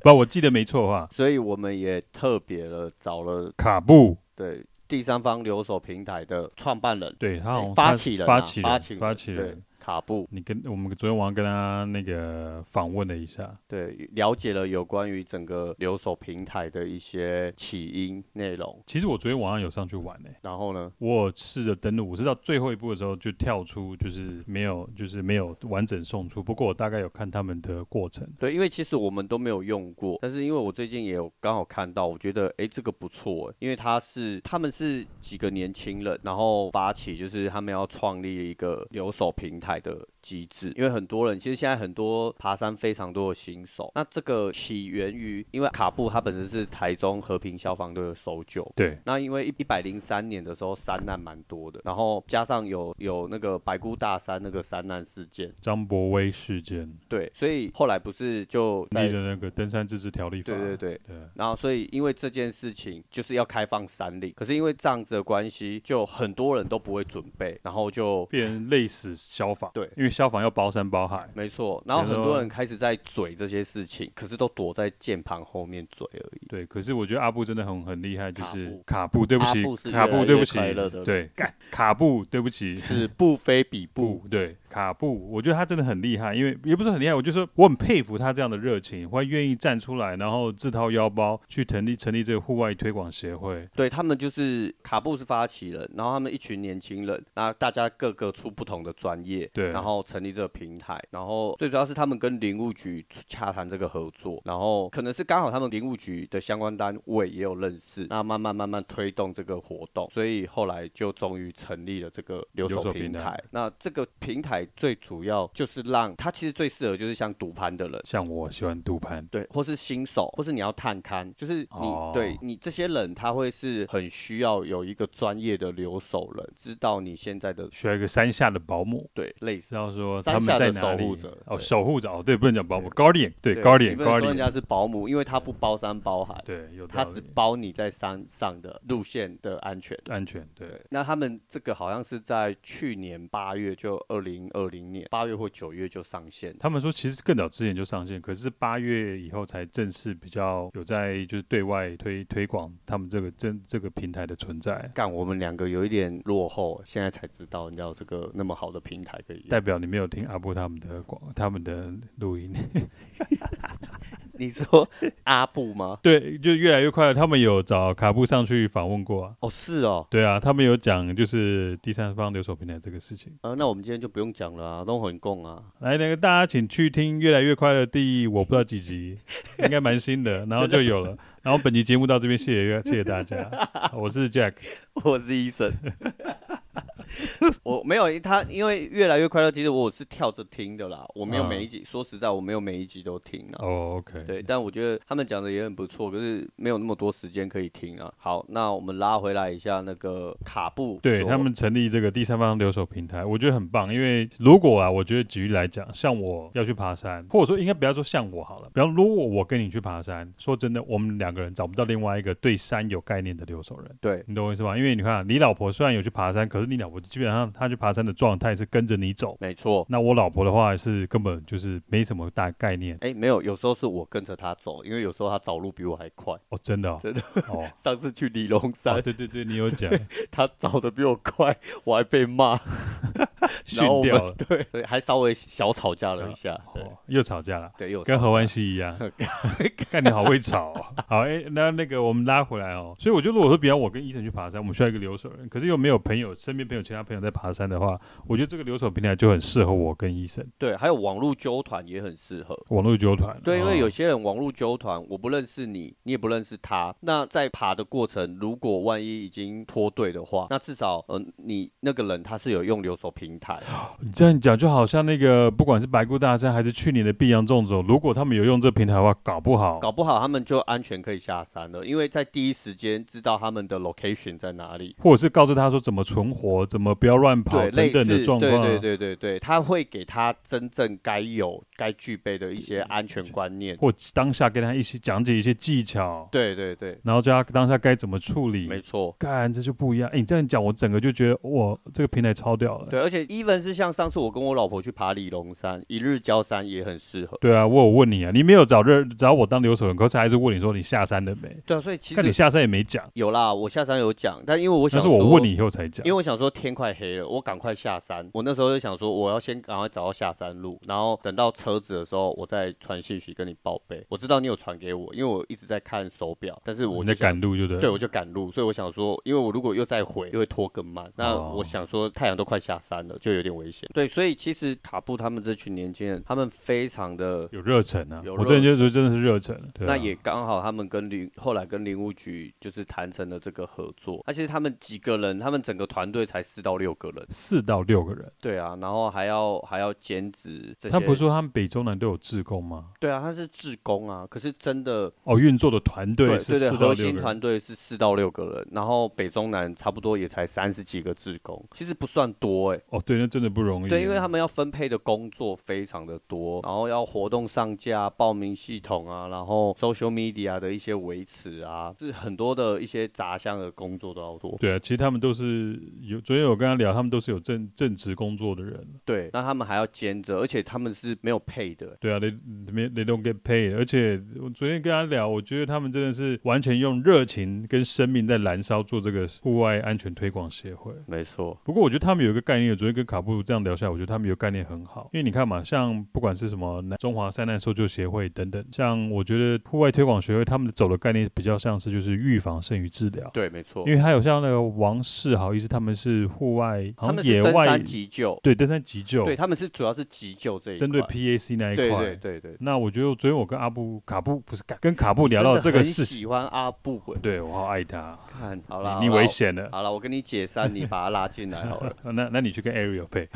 [SPEAKER 1] 不我记得没错的话，
[SPEAKER 2] 所以我们也特别了找了
[SPEAKER 1] 卡布
[SPEAKER 2] 对第三方留守平台的创办人，
[SPEAKER 1] 对他好像
[SPEAKER 2] 发
[SPEAKER 1] 他
[SPEAKER 2] 起人啊
[SPEAKER 1] 发起人
[SPEAKER 2] 发起人
[SPEAKER 1] 发起人
[SPEAKER 2] 对，卡布，
[SPEAKER 1] 你跟我们昨天晚上跟他那个访问了一下，
[SPEAKER 2] 对，了解了有关于整个留守平台的一些起因内容。
[SPEAKER 1] 其实我昨天晚上有上去玩呢、欸
[SPEAKER 2] 然后呢，
[SPEAKER 1] 我有试着登录，我是到最后一步的时候就跳出，就是没有，就是没有完整送出。不过我大概有看他们的过程，
[SPEAKER 2] 对，因为其实我们都没有用过，但是因为我最近也有刚好看到，我觉得诶这个不错欸诶，因为他是他们是几个年轻人，然后发起就是他们要创立一个留守平台的机制，因为很多人其实现在很多爬山非常多的新手，那这个起源于因为卡布他本身是台中和平消防队的搜救，
[SPEAKER 1] 对，
[SPEAKER 2] 那因为一一百零三年的时候山难蛮多的，然后加上有有那个白姑大山那个山难事件，
[SPEAKER 1] 张伯威事件
[SPEAKER 2] 对，所以后来不是就在
[SPEAKER 1] 立的那个登山自治条例法，
[SPEAKER 2] 对对对，
[SPEAKER 1] 对
[SPEAKER 2] 然后，所以因为这件事情就是要开放山林，可是因为这样子的关系，就很多人都不会准备，然后就
[SPEAKER 1] 变成累死消防，
[SPEAKER 2] 对
[SPEAKER 1] 因为消防要包山包海，
[SPEAKER 2] 没错，然后很多人开始在嘴这些事情，可是都躲在键盘后面嘴而已。
[SPEAKER 1] 对，可是我觉得阿布真的很很厉害，就是卡布，对不
[SPEAKER 2] 阿布是
[SPEAKER 1] 起，
[SPEAKER 2] 越
[SPEAKER 1] 卡
[SPEAKER 2] 来
[SPEAKER 1] 布，
[SPEAKER 2] 越
[SPEAKER 1] 对不起
[SPEAKER 2] 快乐的，人
[SPEAKER 1] 对，干卡布，对不起，
[SPEAKER 2] 此不非彼不，
[SPEAKER 1] 布，对，卡布，我觉得他真的很厉害，因为也不是很厉害，我就说我很佩服他这样的热情，会愿意站出来，然后自掏腰包去成立成立这个户外推广协会，
[SPEAKER 2] 对他们就是卡布是发起人，然后他们一群年轻人，那大家各个出不同的专业，
[SPEAKER 1] 对
[SPEAKER 2] 然后成立这个平台，然后最主要是他们跟林务局洽谈这个合作，然后可能是刚好他们林务局的相关单位也有认识，那慢慢慢慢推动这个活动，所以后来就终于成立了这个留
[SPEAKER 1] 留守
[SPEAKER 2] 守
[SPEAKER 1] 平
[SPEAKER 2] 平
[SPEAKER 1] 台
[SPEAKER 2] 台。那这个平台最主要就是让它其实最适合就是像独攀的人。
[SPEAKER 1] 像我喜欢杜盘，
[SPEAKER 2] 对，或是新手，或是你要探勘，就是你、
[SPEAKER 1] 哦
[SPEAKER 2] 对你这些人，他会是很需要有一个专业的留守人，知道你现在的
[SPEAKER 1] 需要一个山下的保姆。
[SPEAKER 2] 对类似
[SPEAKER 1] 知道说
[SPEAKER 2] 山
[SPEAKER 1] 他们
[SPEAKER 2] 下
[SPEAKER 1] 在哪
[SPEAKER 2] 的守
[SPEAKER 1] 里
[SPEAKER 2] 护者
[SPEAKER 1] 哦，
[SPEAKER 2] 对
[SPEAKER 1] 守护者哦，对，不能讲保姆，guardian，对
[SPEAKER 2] 你
[SPEAKER 1] ，guardian
[SPEAKER 2] 不能说人
[SPEAKER 1] guardian，
[SPEAKER 2] 家是保姆，因为他不包山包海，
[SPEAKER 1] 对，有道
[SPEAKER 2] 他只
[SPEAKER 1] 理，
[SPEAKER 2] 包你在山上的路线的安全。
[SPEAKER 1] 安全，对，
[SPEAKER 2] 对，那他们这个好像是在去年八月，就二零二零年八月或九月就上线。
[SPEAKER 1] 他们说其实更早之前就上线，可是八月以后才正式比较有在就是对外推推广他们这个这这个平台的存在，
[SPEAKER 2] 干，我们两个有一点落后，现在才知道人家有这个那么好的平台可以用。
[SPEAKER 1] 代表你没有听阿波他们的广他们的录音，
[SPEAKER 2] 你说 阿布吗？
[SPEAKER 1] 对，就越来越快了。他们有找卡布上去访问过啊，
[SPEAKER 2] 哦，是哦，
[SPEAKER 1] 对啊，他们有讲就是第三方留守平台这个事情。
[SPEAKER 2] 啊，那我们今天就不用讲了啊，都很共啊，
[SPEAKER 1] 来，那个大家请去听《越来越快乐》第我不知道几 集，应该蛮新的，然后就有了。然后本期节目到这边，谢谢谢谢大 家，我是 Jack，
[SPEAKER 2] 我是医生。 我没有他，因为越来越快乐，其实我是跳着听的啦，我没有
[SPEAKER 1] 嗯
[SPEAKER 2] 每一集，说实在，我没有每一集都听啊。
[SPEAKER 1] 哦，OK，
[SPEAKER 2] 对，但我觉得他们讲的也很不错，可是没有那么多时间可以听啊。好，那我们拉回来一下那个卡布，
[SPEAKER 1] 对他们成立这个第三方留守平台，我觉得很棒。因为如果啊，我觉得举例来讲，像我要去爬山，或者说应该不要说像我好了，比方如果我跟你去爬山，说真的，我们两个人找不到另外一个对山有概念的留守人。
[SPEAKER 2] 对
[SPEAKER 1] 你懂我意思吧？因为你看啊，你老婆虽然有去爬山，可是你老婆基本上她去爬山的状态是跟着你走。
[SPEAKER 2] 没错。
[SPEAKER 1] 那我老婆的话是根本就是没什么大概念
[SPEAKER 2] 哎，没有，有时候是我跟着他走，因为有时候他找路比我还快。
[SPEAKER 1] 哦，真的、哦，
[SPEAKER 2] 真的
[SPEAKER 1] 哦。
[SPEAKER 2] 上次去李龙山，
[SPEAKER 1] 哦，对对对，你有 讲
[SPEAKER 2] 他找的比我快，我还被骂。
[SPEAKER 1] 训掉了，
[SPEAKER 2] 对，所以还稍微小吵架了一下。对
[SPEAKER 1] 哦，又吵架了。
[SPEAKER 2] 对，又
[SPEAKER 1] 跟
[SPEAKER 2] 吵
[SPEAKER 1] 何
[SPEAKER 2] 架
[SPEAKER 1] 欢熙一 样， 看你好会吵、哦。好，哎、那那个我们拉回来哦。所以我觉得，如果说比方我跟医生去爬山，我们需要一个留守人，可是又没有朋友，身边朋友其他朋友在爬山的话，我觉得这个留守平台就很适合我跟医生
[SPEAKER 2] 对，还有网络纠团也很适合。
[SPEAKER 1] 网络纠团。
[SPEAKER 2] 对，因为
[SPEAKER 1] 哦
[SPEAKER 2] 有些人网络纠团，我不认识你，你也不认识他。那在爬的过程，如果万一已经脱队的话，那至少呃，你那个人他是有用留守平台。
[SPEAKER 1] 你这样讲，就好像那个不管是白姑大山还是去年的碧阳纵走，如果他们有用这平台的话，搞不好
[SPEAKER 2] 搞不好他们就安全可以下山了，因为在第一时间知道他们的 location 在哪里。
[SPEAKER 1] 或者是告诉他说怎么存活，怎么不要乱跑
[SPEAKER 2] 对，类
[SPEAKER 1] 等
[SPEAKER 2] 似
[SPEAKER 1] 等的状况。啊
[SPEAKER 2] 对对对对对，他会给他真正该有、该具备的一些安全观念。
[SPEAKER 1] 或当下跟他一起讲解一些技巧，
[SPEAKER 2] 对对对，
[SPEAKER 1] 然后教他当下该怎么处理。
[SPEAKER 2] 没错。
[SPEAKER 1] 干，这就不一样。哎，你这样讲，我整个就觉得哇，这个平台超屌了。
[SPEAKER 2] 对，而且一啊 even 是像上次我跟我老婆去爬里龙山，一日郊山也很适合。
[SPEAKER 1] 对啊，我有问你啊，你没有找热找我当留守人，可是还是问你说你下山了没？
[SPEAKER 2] 对啊，所以其
[SPEAKER 1] 看你
[SPEAKER 2] 实
[SPEAKER 1] 下山也没讲，
[SPEAKER 2] 有啦，我下山有讲，但因为我
[SPEAKER 1] 那
[SPEAKER 2] 想
[SPEAKER 1] 是
[SPEAKER 2] 说，
[SPEAKER 1] 我问你以后才讲
[SPEAKER 2] 因为。我想说天快黑了，我赶快下山。我那时候就想说，我要先赶快找到下山路，然后等到车子的时候，我再传信息跟你报备。我知道你有传给我，因为我一直在看手表，但是我
[SPEAKER 1] 你
[SPEAKER 2] 就
[SPEAKER 1] 在
[SPEAKER 2] 想
[SPEAKER 1] 赶路就对了。
[SPEAKER 2] 对，我就赶路，所以我想说，因为我如果又再回，又会拖更慢。那
[SPEAKER 1] 哦
[SPEAKER 2] 我想说，太阳都快下山了，就有点危险。对，所以其实卡布他们这群年轻人，他们非常的。
[SPEAKER 1] 有热忱啊
[SPEAKER 2] 有！
[SPEAKER 1] 我真的就觉得真的是热忱。对啊
[SPEAKER 2] 那也刚好，他们跟林后来跟林务局就是谈成了这个合作。那、其实他们几个人，他们整个团队才四到六个人，
[SPEAKER 1] 四到六个人，
[SPEAKER 2] 对啊，然后还要还要兼职这些。
[SPEAKER 1] 他不是说他们北中南都有志工吗？
[SPEAKER 2] 对啊，他是志工啊，可是真的
[SPEAKER 1] 哦，运作的团队是
[SPEAKER 2] 对对，
[SPEAKER 1] 四到
[SPEAKER 2] 核
[SPEAKER 1] 六
[SPEAKER 2] 心
[SPEAKER 1] 个人
[SPEAKER 2] 团队是四到六个人，然后北中南差不多也才三十几个志工，其实不算多哎、
[SPEAKER 1] 哦，对，那真的不容易。啊
[SPEAKER 2] 对，因为他们要分配的工作非常的多，然后要活动上架、报名系统啊，然后 social media 的一些维持啊，就是很多的一些杂项的工作都要做。
[SPEAKER 1] 对啊，其实他们都是有。昨天我跟他聊，他们都是有正正职工作的人。
[SPEAKER 2] 对，那他们还要兼着，而且他们是没有配的欸、
[SPEAKER 1] 对啊，they they they don't get paid。而且我昨天跟他聊，我觉得他们真的是完全用热情跟生命在燃烧，做这个户外安全推广协会。
[SPEAKER 2] 没错，
[SPEAKER 1] 不过我觉得他们有一个概念，昨天跟卡布鲁这样聊下来，我觉得他们有概念很好。因为你看嘛，像不管是什么南中华山难搜救协会等等，像我觉得户外推广协会他们走的概念比较像是就是预防胜于治疗。
[SPEAKER 2] 对，没错
[SPEAKER 1] 因，为还有像那个王世豪医师，他们是户外，好
[SPEAKER 2] 他
[SPEAKER 1] 像
[SPEAKER 2] 们
[SPEAKER 1] 野
[SPEAKER 2] 是登
[SPEAKER 1] 外
[SPEAKER 2] 山急救，
[SPEAKER 1] 对登山急救，
[SPEAKER 2] 对，他们是主要是急救这一块，
[SPEAKER 1] 针对 PAC 那一块。
[SPEAKER 2] 对对对对。
[SPEAKER 1] 那我觉得昨天我跟阿布卡布不是跟卡布聊
[SPEAKER 2] 真
[SPEAKER 1] 到
[SPEAKER 2] 的
[SPEAKER 1] 这个
[SPEAKER 2] 很
[SPEAKER 1] 事情，
[SPEAKER 2] 喜欢阿布欸，
[SPEAKER 1] 对我好爱他，
[SPEAKER 2] 看好了，
[SPEAKER 1] 你你
[SPEAKER 2] 好啦
[SPEAKER 1] 危。险了。
[SPEAKER 2] 好了，我跟你解散，你把他拉进来 好了。
[SPEAKER 1] 那那你去跟 Ariel 配，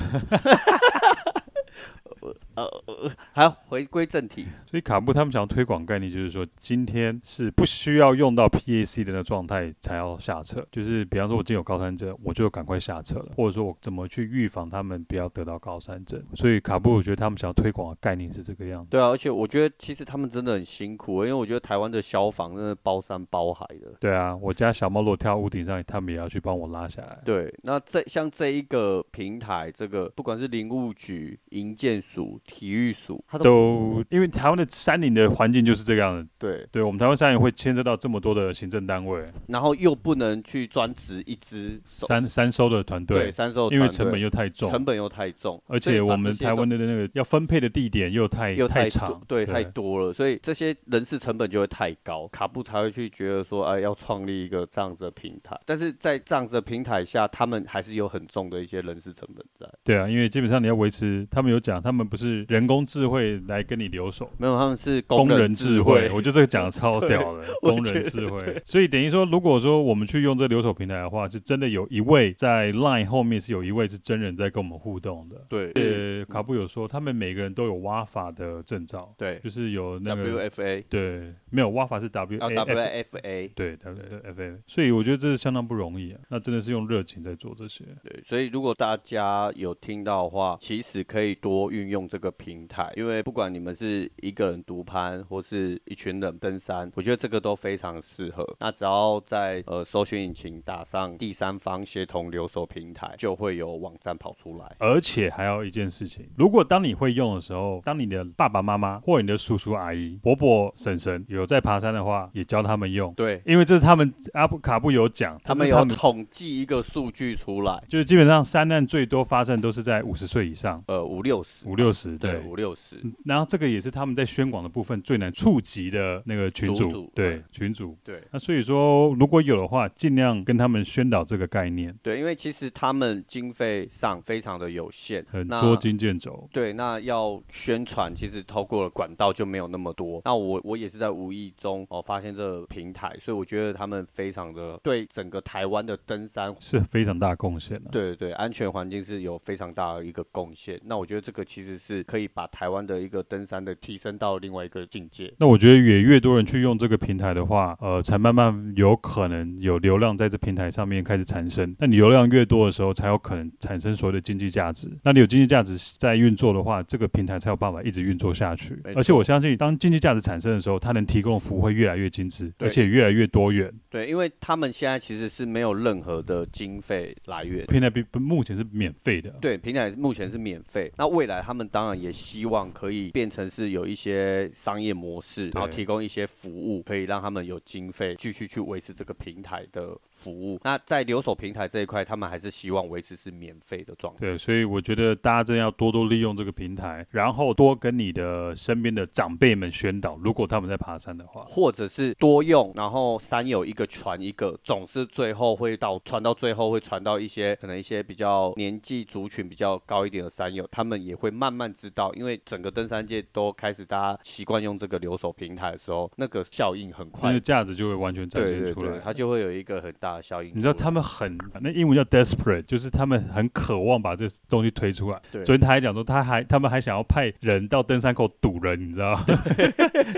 [SPEAKER 2] 好，回归正题，
[SPEAKER 1] 所以卡布他们想要推广概念，就是说今天是不需要用到 PAC 的那状态才要下车，就是比方说我今天有高山症，我就赶快下车了，或者说我怎么去预防他们不要得到高山症。所以卡布我觉得他们想要推广的概念是这个样子。
[SPEAKER 2] 对啊，而且我觉得其实他们真的很辛苦，欸因为我觉得台湾的消防真的包山包海的。
[SPEAKER 1] 对啊，我家小猫如果跳到屋顶上，他们也要去帮我拉下来。
[SPEAKER 2] 对，那这像这一个平台，这个不管是林务局、营建署、体育署，它都
[SPEAKER 1] 都因为台湾的山林的环境就是这个样子，
[SPEAKER 2] 对，
[SPEAKER 1] 对我们台湾山林会牵涉到这么多的行政单位、
[SPEAKER 2] 然后又不能去专职一支手
[SPEAKER 1] 山山收的团
[SPEAKER 2] 对
[SPEAKER 1] 队，
[SPEAKER 2] 三兽，
[SPEAKER 1] 因为成本又太重，
[SPEAKER 2] 成本又太重，
[SPEAKER 1] 而
[SPEAKER 2] 所以
[SPEAKER 1] 且
[SPEAKER 2] 把
[SPEAKER 1] 我们
[SPEAKER 2] 这些
[SPEAKER 1] 台
[SPEAKER 2] 都
[SPEAKER 1] 湾的那个要分配的地点又哎太
[SPEAKER 2] 又太
[SPEAKER 1] 长
[SPEAKER 2] 多，对，太多了，所以这些人事成本就会太高，卡布才会去觉得说，哎，要创立一个这样子的平台。但是在这样子的平台下，他们还是有很重的一些人事成本在。
[SPEAKER 1] 对啊，因为基本上你要维持，他们有讲，他们不是人工智慧来跟你留守。
[SPEAKER 2] 没有，他们是
[SPEAKER 1] 工
[SPEAKER 2] 人
[SPEAKER 1] 人
[SPEAKER 2] 智
[SPEAKER 1] 智慧，我觉得这个讲的 超屌的，工人智慧。所以等于说，如果说我们去用这个留守平台的话，是真的有一位在 Line 后面是有一位是真人在跟我们互动的。
[SPEAKER 2] 对
[SPEAKER 1] 呃，卡布有说，他们每个人都有挖法的证照，
[SPEAKER 2] 对
[SPEAKER 1] 就是有那个
[SPEAKER 2] ，WFA
[SPEAKER 1] 对，没有挖法是 W
[SPEAKER 2] 啊
[SPEAKER 1] A F
[SPEAKER 2] ，WFA。
[SPEAKER 1] 对 W F A，所以我觉得这是相当不容易啊。那真的是用热情在做这些。
[SPEAKER 2] 对，所以如果大家有听到的话，其实可以多运用这个平台，因为不管你们是一个人独攀，或是一群人登山，我觉得这个都非常适合。那只要在呃搜寻引擎打上第三方协同留守平台，就会有网站跑出来。
[SPEAKER 1] 而且还要一件事情，如果当你会用的时候，当你的爸爸妈妈或你的叔叔阿姨、伯伯婶婶有在爬山的话，也教他们用，
[SPEAKER 2] 对，
[SPEAKER 1] 因为这是他们阿布卡布有讲，
[SPEAKER 2] 他
[SPEAKER 1] 这
[SPEAKER 2] 们
[SPEAKER 1] 是
[SPEAKER 2] 有统计一个数据出来，
[SPEAKER 1] 就是基本上山难最多发生都是在五十岁以上，
[SPEAKER 2] 呃，五六十，
[SPEAKER 1] 五六十
[SPEAKER 2] 对
[SPEAKER 1] 对。嗯
[SPEAKER 2] 五六十，
[SPEAKER 1] 然后这个也是他们在宣广的部分最难触及的那个群
[SPEAKER 2] 组
[SPEAKER 1] 组
[SPEAKER 2] 组，
[SPEAKER 1] 对
[SPEAKER 2] 嗯
[SPEAKER 1] 群组。
[SPEAKER 2] 对。
[SPEAKER 1] 那所以说，如果有的话，尽量跟他们宣导这个概念，
[SPEAKER 2] 对，因为其实他们经费上非常的有限，
[SPEAKER 1] 很
[SPEAKER 2] 那
[SPEAKER 1] 捉襟见肘。
[SPEAKER 2] 对，那要宣传，其实透过了管道就没有那么多。那我我也是在无意中哦发现这个平台，所以我觉得他们非常的对整个台湾的登山，
[SPEAKER 1] 是非常大贡献的、
[SPEAKER 2] 对对对，安全环境是有非常大的一个贡献。那我觉得这个其实是是可以把台湾的一个登山的提升到另外一个境界。
[SPEAKER 1] 那我觉得也越多人去用这个平台的话，呃，才慢慢有可能有流量在这平台上面开始产生。那你流量越多的时候，才有可能产生所谓的经济价值。那你有经济价值在运作的话，这个平台才有办法一直运作下去
[SPEAKER 2] 没。错
[SPEAKER 1] 而且我相信，当经济价值产生的时候，它能提供的服务会越来越精致，
[SPEAKER 2] 对
[SPEAKER 1] 而且越来越多元。
[SPEAKER 2] 对，因为他们现在其实是没有任何的经费来源。
[SPEAKER 1] 平台比目前是免费的。
[SPEAKER 2] 对，平台目前是免费，那未来他们当然也希望可以变成是有一些商业模式，然后
[SPEAKER 1] 对
[SPEAKER 2] 提供一些服务，可以让他们有经费继续去维持这个平台的服务。那在留守平台这一块，他们还是希望维持是免费的状态。
[SPEAKER 1] 对，所以我觉得大家真的要多多利用这个平台，然后多跟你的身边的长辈们宣导，如果他们在爬山的话，
[SPEAKER 2] 或者是多用，然后山友一个传一个，总是最后会到传到最后会传到一些可能一些比较年纪族群比较高一点的山友，他们也会慢慢知道，因为整个登山界都开始大家习惯用这个留守平台的时候，那个效应很
[SPEAKER 1] 那
[SPEAKER 2] 快
[SPEAKER 1] 个，价值就会完全展
[SPEAKER 2] 对
[SPEAKER 1] 现
[SPEAKER 2] 对
[SPEAKER 1] 出来。
[SPEAKER 2] 对，它就会有一个很大的效应出来。
[SPEAKER 1] 你知道他们很那英文叫 desperate，就是他们很渴望把这东西推出来。
[SPEAKER 2] 对
[SPEAKER 1] 昨天他还讲说，他还他们还想要派人到登山口堵人，你知道吗？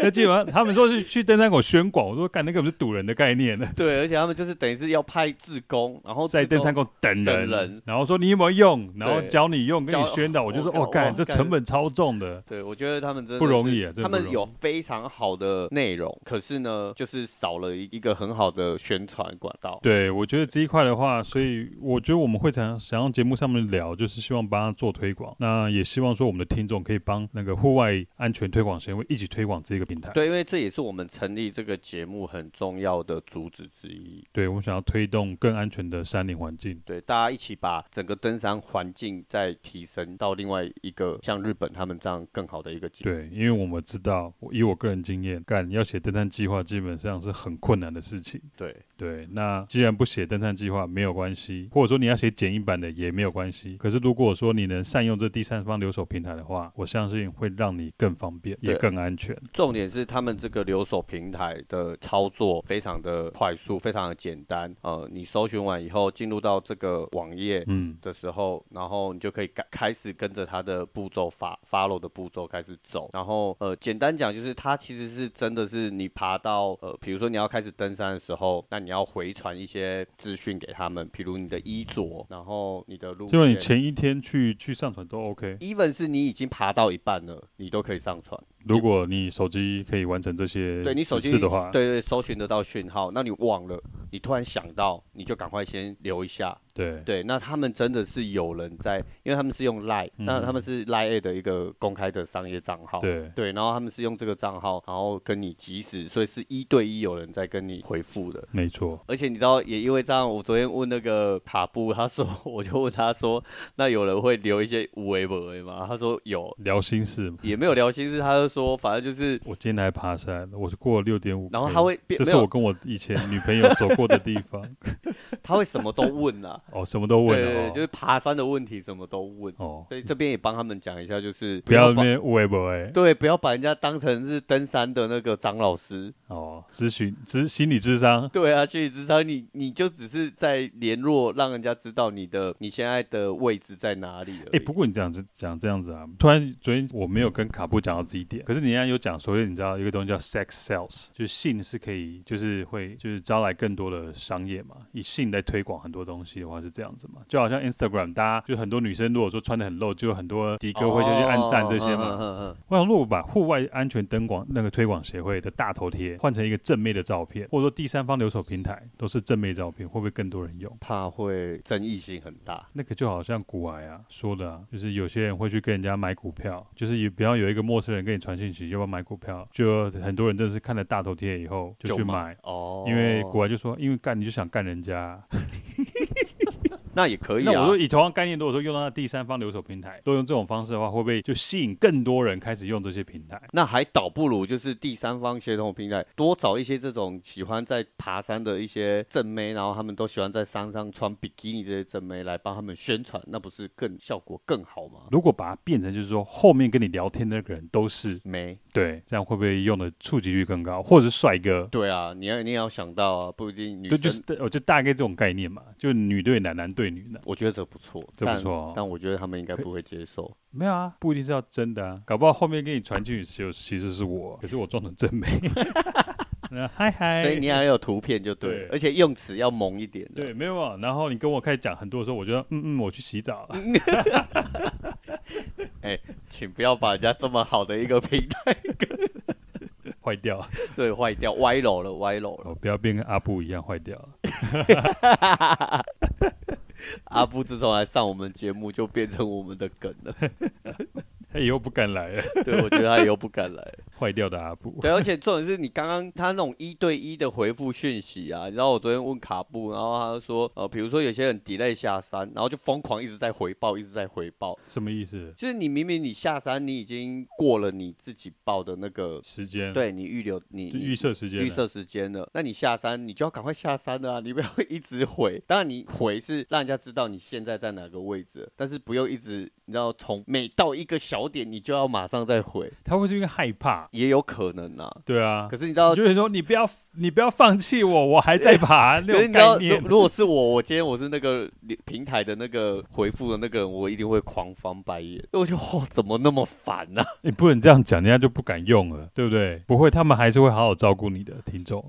[SPEAKER 1] 那基本上他们说是去登山口宣广，我说干那根本是堵人的概念呢，
[SPEAKER 2] 对，而且他们就是等于是要派志工，然后
[SPEAKER 1] 在
[SPEAKER 2] 志工
[SPEAKER 1] 登山口等
[SPEAKER 2] 等
[SPEAKER 1] 人，
[SPEAKER 2] 人
[SPEAKER 1] 然后说你有没有用，然后
[SPEAKER 2] 对
[SPEAKER 1] 教你用，跟你
[SPEAKER 2] 教
[SPEAKER 1] 宣导，我就说
[SPEAKER 2] 我
[SPEAKER 1] 哦干，
[SPEAKER 2] 我
[SPEAKER 1] 这
[SPEAKER 2] 干
[SPEAKER 1] 成本超重的。
[SPEAKER 2] 对，我觉得他们真的
[SPEAKER 1] 不容
[SPEAKER 2] 是
[SPEAKER 1] 易啊真的
[SPEAKER 2] 他
[SPEAKER 1] 不
[SPEAKER 2] 们
[SPEAKER 1] 容
[SPEAKER 2] 有非常好的内容，可是呢，就是少了一一个很好的宣传管道。
[SPEAKER 1] 对，我觉得这一块的话，所以我觉得我们会想想要节目上面聊，就是希望帮他做推广。那也希望说我们的听众可以帮那个户外安全推广协会一起推广这个平台。
[SPEAKER 2] 对，因为这也是我们成立这个节目很重要的主旨之一。
[SPEAKER 1] 对，我们想要推动更安全的山林环境。
[SPEAKER 2] 对，大家一起把整个登山环境再提升到另外一个像日本他们这样更好的一个景。
[SPEAKER 1] 对，因为我们知道，我以我个人经验，干要写登山计划基本上是很困难的事情。
[SPEAKER 2] 对
[SPEAKER 1] 对，那既然不写登山计划没有关系，或者说你要写简易版的也没有关系。可是如果说你能善用这第三方留守平台的话，我相信会让你更方便，也
[SPEAKER 2] 对
[SPEAKER 1] 更安全。
[SPEAKER 2] 重点是他们这个留守平台的操作非常的快速，非常的简单。呃，你搜寻完以后进入到这个网页，
[SPEAKER 1] 嗯，
[SPEAKER 2] 的时候，然后你就可以改开始跟着它的步骤发 follow 的步骤开始走。然后呃，简单讲就是它其实是真的是你爬到呃，比如说你要开始登山的时候，那你要回传一些资讯给他们，比如你的衣着，然后你的路
[SPEAKER 1] 就你
[SPEAKER 2] 线。
[SPEAKER 1] 前一天去去上传都 OK，
[SPEAKER 2] even 是你已经爬到一半了，你都可以上传。
[SPEAKER 1] 如果你手机可以完成这些
[SPEAKER 2] 对你手
[SPEAKER 1] 呃指
[SPEAKER 2] 机
[SPEAKER 1] 示的话，
[SPEAKER 2] 对对，搜寻得到讯号，那你忘了，你突然想到，你就赶快先留一下，
[SPEAKER 1] 对
[SPEAKER 2] 对，那他们真的是有人在，因为他们是用 Line，、
[SPEAKER 1] 嗯
[SPEAKER 2] 那他们是 Line 的一个公开的商业账号。。
[SPEAKER 1] 对
[SPEAKER 2] 然后他们是用这个账号，然后跟你即时，所以是一对一有人在跟你回复的。
[SPEAKER 1] 没错，
[SPEAKER 2] 而且你知道，也因为这样，我昨天问那个卡布，他说，我就问他说，那有人会留一些无为不为吗？他说有，
[SPEAKER 1] 聊心事。
[SPEAKER 2] 也没有聊心事，他就说，反正就是，
[SPEAKER 1] 我今天来爬山，我是过了六点五，
[SPEAKER 2] 然后他会变
[SPEAKER 1] 这
[SPEAKER 2] 没
[SPEAKER 1] 是我
[SPEAKER 2] 有，
[SPEAKER 1] 跟我以前女朋友走过的地 方
[SPEAKER 2] 他会什么都问啊，
[SPEAKER 1] 哦，什么都 问
[SPEAKER 2] 对对对，
[SPEAKER 1] 了
[SPEAKER 2] 就是爬山的问题什么都问。
[SPEAKER 1] 哦，哦
[SPEAKER 2] 所以这边也帮他们讲一下，就是
[SPEAKER 1] 不要那
[SPEAKER 2] 把
[SPEAKER 1] 边喂不喂
[SPEAKER 2] 对，不要把人家当成是登山的那个张老师。
[SPEAKER 1] 哦，咨询咨心理智商，
[SPEAKER 2] 对啊，心理智商，你你就只是在联络，让人家知道你的你现在的位置在哪里而
[SPEAKER 1] 哎、
[SPEAKER 2] 已。
[SPEAKER 1] 不过你讲这讲这样子啊，突然昨天我没有跟卡布讲到这一点，可是你现在有讲所谓你知道一个东西叫 sex sales，就是性是可以就是会就是招来更多的商业嘛，以性来推广很多东西的话是这样子嘛，就好像 Instagram 大家就很多女生如果说穿的很露，就有很多迪哥会就去按赞这些嘛。
[SPEAKER 2] 哦嗯嗯嗯嗯
[SPEAKER 1] 我想，如果把户外安全灯光那个推广协会的大头贴换成一个正妹的照片，或者说第三方留守平台都是正妹照片，会不会更多人用？
[SPEAKER 2] 怕会争议性很大。
[SPEAKER 1] 那个就好像古癌啊说的啊，就是有些人会去跟人家买股票，就是有比方有一个陌生人跟你传讯息，要不要买股票？就很多人真的是看了大头贴以后就去
[SPEAKER 2] 就
[SPEAKER 1] 买，
[SPEAKER 2] 哦，
[SPEAKER 1] 因为古癌就说，因为干你就想干人家啊、
[SPEAKER 2] 那也可以
[SPEAKER 1] 那我
[SPEAKER 2] 啊
[SPEAKER 1] 说。以同样概念，如果说用到第三方留守平台，都用这种方式的话，会不会就吸引更多人开始用这些平台？
[SPEAKER 2] 那还倒不如就是第三方协同平台，多找一些这种喜欢在爬山的一些正妹，然后他们都喜欢在山上穿比基尼这些正妹来帮他们宣传，那不是更效果更好吗？
[SPEAKER 1] 如果把它变成就是说后面跟你聊天的那个人都是
[SPEAKER 2] 没，
[SPEAKER 1] 对，这样会不会用的触及率更高，或者是帅哥？
[SPEAKER 2] 对啊，你要你也要想到啊，不一定女
[SPEAKER 1] 对，哦
[SPEAKER 2] 生
[SPEAKER 1] 就是我就大概这种概念嘛，就女对男，男对对女男，
[SPEAKER 2] 我觉得这不错，
[SPEAKER 1] 这不错哦
[SPEAKER 2] 但但我觉得他们应该
[SPEAKER 1] 可以
[SPEAKER 2] 不会接受。
[SPEAKER 1] 没有啊，不一定是要真的啊，搞不好后面给你传进去其实其实是我，可是我装成真 没。那嗨嗨，
[SPEAKER 2] 所以你要有图片就对
[SPEAKER 1] 哎对
[SPEAKER 2] 了，而且用词要萌一点的。
[SPEAKER 1] 对，没有啊。然后你跟我开始讲很多的时候，我觉得嗯嗯，我去洗澡。
[SPEAKER 2] 请不要把人家这么好的一个平台 嗯
[SPEAKER 1] 坏掉，
[SPEAKER 2] 对坏掉、歪楼了、歪楼 了。
[SPEAKER 1] 哦，不要变跟阿布一样坏掉了。
[SPEAKER 2] 阿布自从来上我们节目，就变成我们的梗 了。
[SPEAKER 1] 他以后哎不敢来了，
[SPEAKER 2] 对，我觉得他以后不敢 来了。
[SPEAKER 1] 坏掉的阿布。
[SPEAKER 2] 对，而且重点是你刚刚他那种一对一的回复讯息啊，你知道我昨天问卡布，然后他就说，呃，比如说有些人 delay 下山，然后就疯狂一直在回报，一直在回报，
[SPEAKER 1] 什么意思？
[SPEAKER 2] 就是你明明你下山，你已经过了你自己报的那个，
[SPEAKER 1] 时间，，
[SPEAKER 2] 对你预留你
[SPEAKER 1] 嗯就
[SPEAKER 2] 你
[SPEAKER 1] 预设时间了，啊
[SPEAKER 2] 预设时间了，那你下山你就要赶快下山了啊！你不要 一直回，当然你回是让人家知道你现在在哪个位置，但是不用一直你知道从每到一个小点你就要马上再回，
[SPEAKER 1] 他会是因为害怕，
[SPEAKER 2] 也有可能啊。
[SPEAKER 1] 对啊
[SPEAKER 2] 可。是你知道
[SPEAKER 1] 你，就是说，你不要，你不要放弃我，我还在爬那
[SPEAKER 2] 可
[SPEAKER 1] 种
[SPEAKER 2] 是你知
[SPEAKER 1] 概
[SPEAKER 2] 道，如
[SPEAKER 1] 念。
[SPEAKER 2] 如果是我，我今天我是那个平台的那个回复的那个人，我一定会狂翻白眼，因为我就哇怎么那么烦啊呢、
[SPEAKER 1] 你不能这样讲，人家就不敢用了，对不对？不会，他们还是会好好照顾你的听众。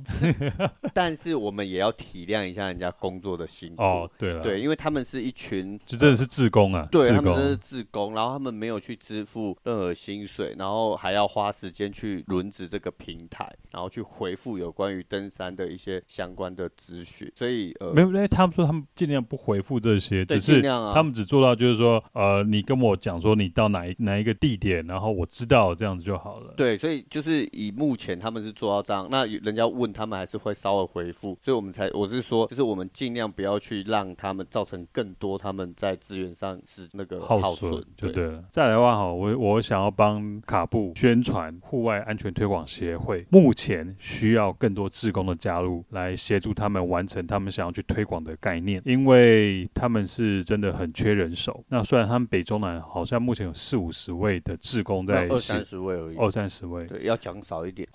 [SPEAKER 2] 但是我们也要体谅一下人家工作的辛苦，
[SPEAKER 1] 哦，对了，，
[SPEAKER 2] 嗯对，因为他们是一群呃
[SPEAKER 1] 这真的是志工啊，
[SPEAKER 2] 对，
[SPEAKER 1] 志
[SPEAKER 2] 他们都是
[SPEAKER 1] 工，
[SPEAKER 2] 自工，然后他们没有去支付任何薪水，然后还要花时间去轮值这个平台，然后去回复有关于登山的一些相关的资讯，所以呃，
[SPEAKER 1] 没有，因为他们说他们尽量不回复这些，
[SPEAKER 2] 对
[SPEAKER 1] 只是
[SPEAKER 2] 尽量啊
[SPEAKER 1] 他们只做到就是说，呃，你跟我讲说你到哪一哪一个地点，然后我知道这样子就好了。
[SPEAKER 2] 对，所以就是以目前他们是做到这样，那人家问他们还是会稍微回复，所以我们才我是说，就是我们尽量不要去让他们造成更多他们在资源上是那个
[SPEAKER 1] 耗
[SPEAKER 2] 耗
[SPEAKER 1] 损
[SPEAKER 2] 损，
[SPEAKER 1] 就对了。再来的话哈，我我想要帮卡布宣传户外安全推广协会，目前需要更多志工的加入，来协助他们完成他们想要去推广的概念，因为他们是真的很缺人手。那虽然他们北中南好像目前有四五十位的志工
[SPEAKER 2] 没有
[SPEAKER 1] 在
[SPEAKER 2] 二
[SPEAKER 1] 协
[SPEAKER 2] 三十位而已。
[SPEAKER 1] 二三十位，
[SPEAKER 2] 对，要讲少一点，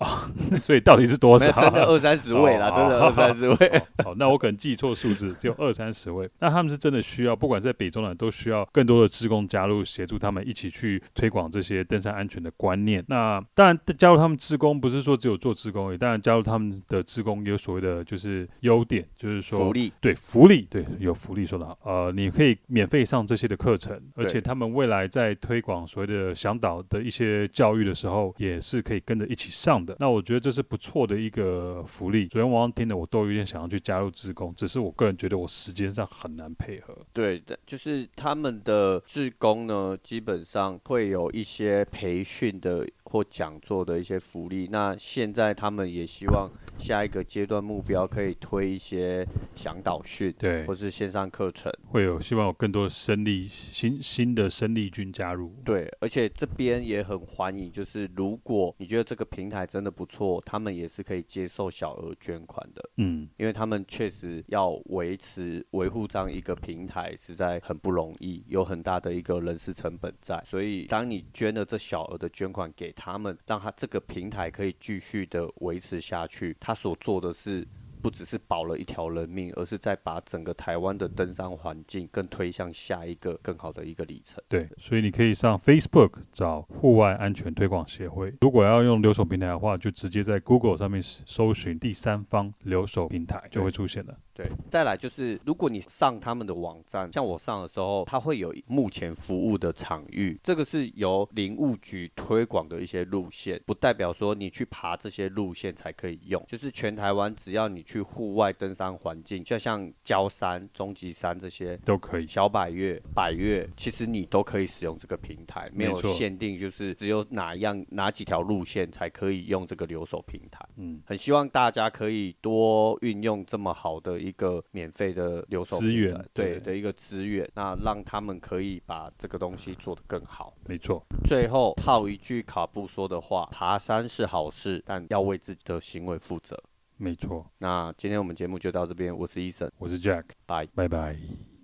[SPEAKER 1] 所以到底是多
[SPEAKER 2] 没
[SPEAKER 1] 哦少
[SPEAKER 2] 有？真的二三十位啦，
[SPEAKER 1] 哦
[SPEAKER 2] 真的
[SPEAKER 1] 好
[SPEAKER 2] 二三十位。
[SPEAKER 1] 哦好，那我可能记错数字，只有二三十位。那他们是真的需要，不管在北中南都需要更多的职工加入，协助他们一起去推广这些登山安全的观念。那当然，加入他们职工不是说只有做职工而已，当然加入他们的职工也有所谓的就是优点，就是说
[SPEAKER 2] 福利，
[SPEAKER 1] 对福利，对有福利说的好，呃，你可以免费上这些的课程，而
[SPEAKER 2] 对
[SPEAKER 1] 且他们未来在推广所谓的向导的一些教育的时候，也是可以跟着一起上的。那我觉得这是不错的一个福利。昨天晚上听的我都有点想要去加入志工，只是我个人觉得我时间上很难配合。
[SPEAKER 2] 对的，就是他们的志工呢，基本上会有一些培训的或讲座的一些福利。那现在他们也希望下一个阶段目标可以推一些向导训
[SPEAKER 1] 对
[SPEAKER 2] 或，是线上课程。
[SPEAKER 1] 会有希望有更多的生力新新的生力军加入。
[SPEAKER 2] 对，而且这边也很欢迎，就是如果你觉得这个平台真的不错，他们也是可以接受小额捐款的，
[SPEAKER 1] 嗯，
[SPEAKER 2] 因为他们确实要维持维护这样一个平台，实在很不容易，有很大的一个人事成本在。所以，当你捐了这小额的捐款给他们，让他这个平台可以继续的维持下去，他所做的是。不只是保了一条人命，而是在把整个台湾的登山环境更推向下一个更好的一个里程。
[SPEAKER 1] 对，所以你可以上 Facebook 找户外安全推广协会。如果要用留守平台的话，就直接在 Google 上面搜寻第三方留守平台，就会出现了。
[SPEAKER 2] 对，再来就是，如果你上他们的网站，像我上的时候，它会有目前服务的场域，这个是由林务局推广的一些路线，不代表说你去爬这些路线才可以用，就是全台湾只要你去户外登山环境，就像焦山、终极山这些。
[SPEAKER 1] 都可以。
[SPEAKER 2] 小百越、百越，其实你都可以使用这个平台，没
[SPEAKER 1] 没
[SPEAKER 2] 有
[SPEAKER 1] 错
[SPEAKER 2] 限定，就是只有哪样哪几条路线才可以用这个留守平台。
[SPEAKER 1] 嗯，
[SPEAKER 2] 很希望大家可以多运用这么好的一个免费的留守
[SPEAKER 1] 资
[SPEAKER 2] 平
[SPEAKER 1] 源
[SPEAKER 2] 台
[SPEAKER 1] 对
[SPEAKER 2] 对的一个资源，那让他们可以把这个东西做得更好。
[SPEAKER 1] 没错，
[SPEAKER 2] 最后套一句卡布说的话：爬山是好事，但要为自己的行为负责。
[SPEAKER 1] 没错。
[SPEAKER 2] 那今天我们节目就到这边，我是医生，
[SPEAKER 1] 我是 Jack，
[SPEAKER 2] 拜。
[SPEAKER 1] 拜拜。